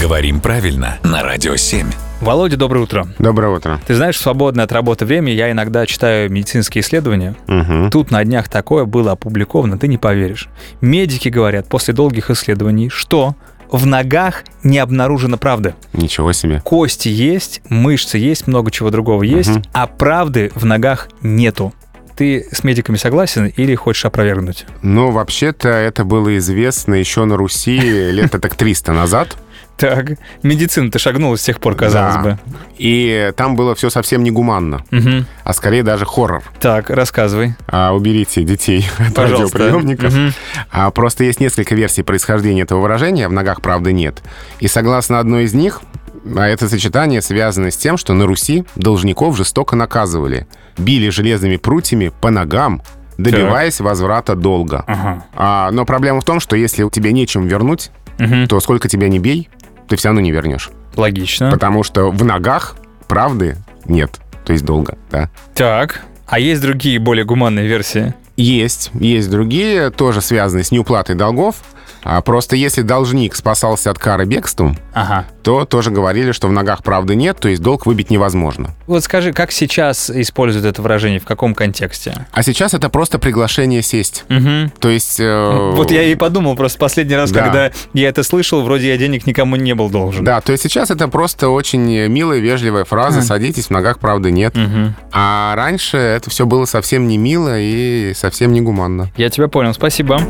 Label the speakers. Speaker 1: Говорим правильно на Радио 7.
Speaker 2: Володя, доброе утро.
Speaker 3: Доброе утро.
Speaker 2: Ты знаешь, в свободное от работы время я иногда читаю медицинские исследования.
Speaker 3: Мгм.
Speaker 2: Тут на днях такое было опубликовано, ты не поверишь. Медики говорят после долгих исследований, что в ногах не обнаружено правды.
Speaker 3: Ничего себе.
Speaker 2: Кости есть, мышцы есть, много чего другого есть,
Speaker 3: Мгм.
Speaker 2: а правды в ногах нету. Ты с медиками согласен или хочешь опровергнуть?
Speaker 3: Ну, вообще-то это было известно еще на Руси лет так 300 назад.
Speaker 2: Так, медицина-то шагнула с тех пор, казалось
Speaker 3: Да. И там было все совсем негуманно,
Speaker 2: бы. Мгм.
Speaker 3: а скорее даже хоррор.
Speaker 2: Так, рассказывай.
Speaker 3: А, уберите детей от
Speaker 2: Пожалуйста.
Speaker 3: радиоприемников.
Speaker 2: Мгм.
Speaker 3: А, просто есть несколько версий происхождения этого выражения, в ногах правды нет. И согласно одной из них, а это сочетание связано с тем, что на Руси должников жестоко наказывали. Били железными прутьями по ногам, добиваясь возврата долга.
Speaker 2: Ага.
Speaker 3: А, но проблема в том, что если тебе нечем вернуть,
Speaker 2: Мгм.
Speaker 3: то сколько тебя не бей, ты все равно не вернешь.
Speaker 2: Логично.
Speaker 3: Потому что в ногах правды нет. То есть долго, да.
Speaker 2: Так, а есть другие более гуманные версии?
Speaker 3: Есть, есть другие, тоже связанные с неуплатой долгов. А просто если должник спасался от кары бегством,
Speaker 2: Ага.
Speaker 3: то тоже говорили, что в ногах правды нет, то есть долг выбить невозможно.
Speaker 2: Вот скажи, как сейчас используют это выражение, в каком контексте?
Speaker 3: А сейчас это просто приглашение сесть.
Speaker 2: Угу.
Speaker 3: То есть... э,
Speaker 2: Вот я и подумал просто последний раз,
Speaker 3: Да.
Speaker 2: когда я это слышал, вроде я денег никому не был должен.
Speaker 3: Да, то есть сейчас это просто очень милая, вежливая фраза «садитесь, в ногах правды нет».
Speaker 2: Мгм.
Speaker 3: А раньше это все было совсем не мило и совсем не гуманно.
Speaker 2: Я тебя понял, спасибо.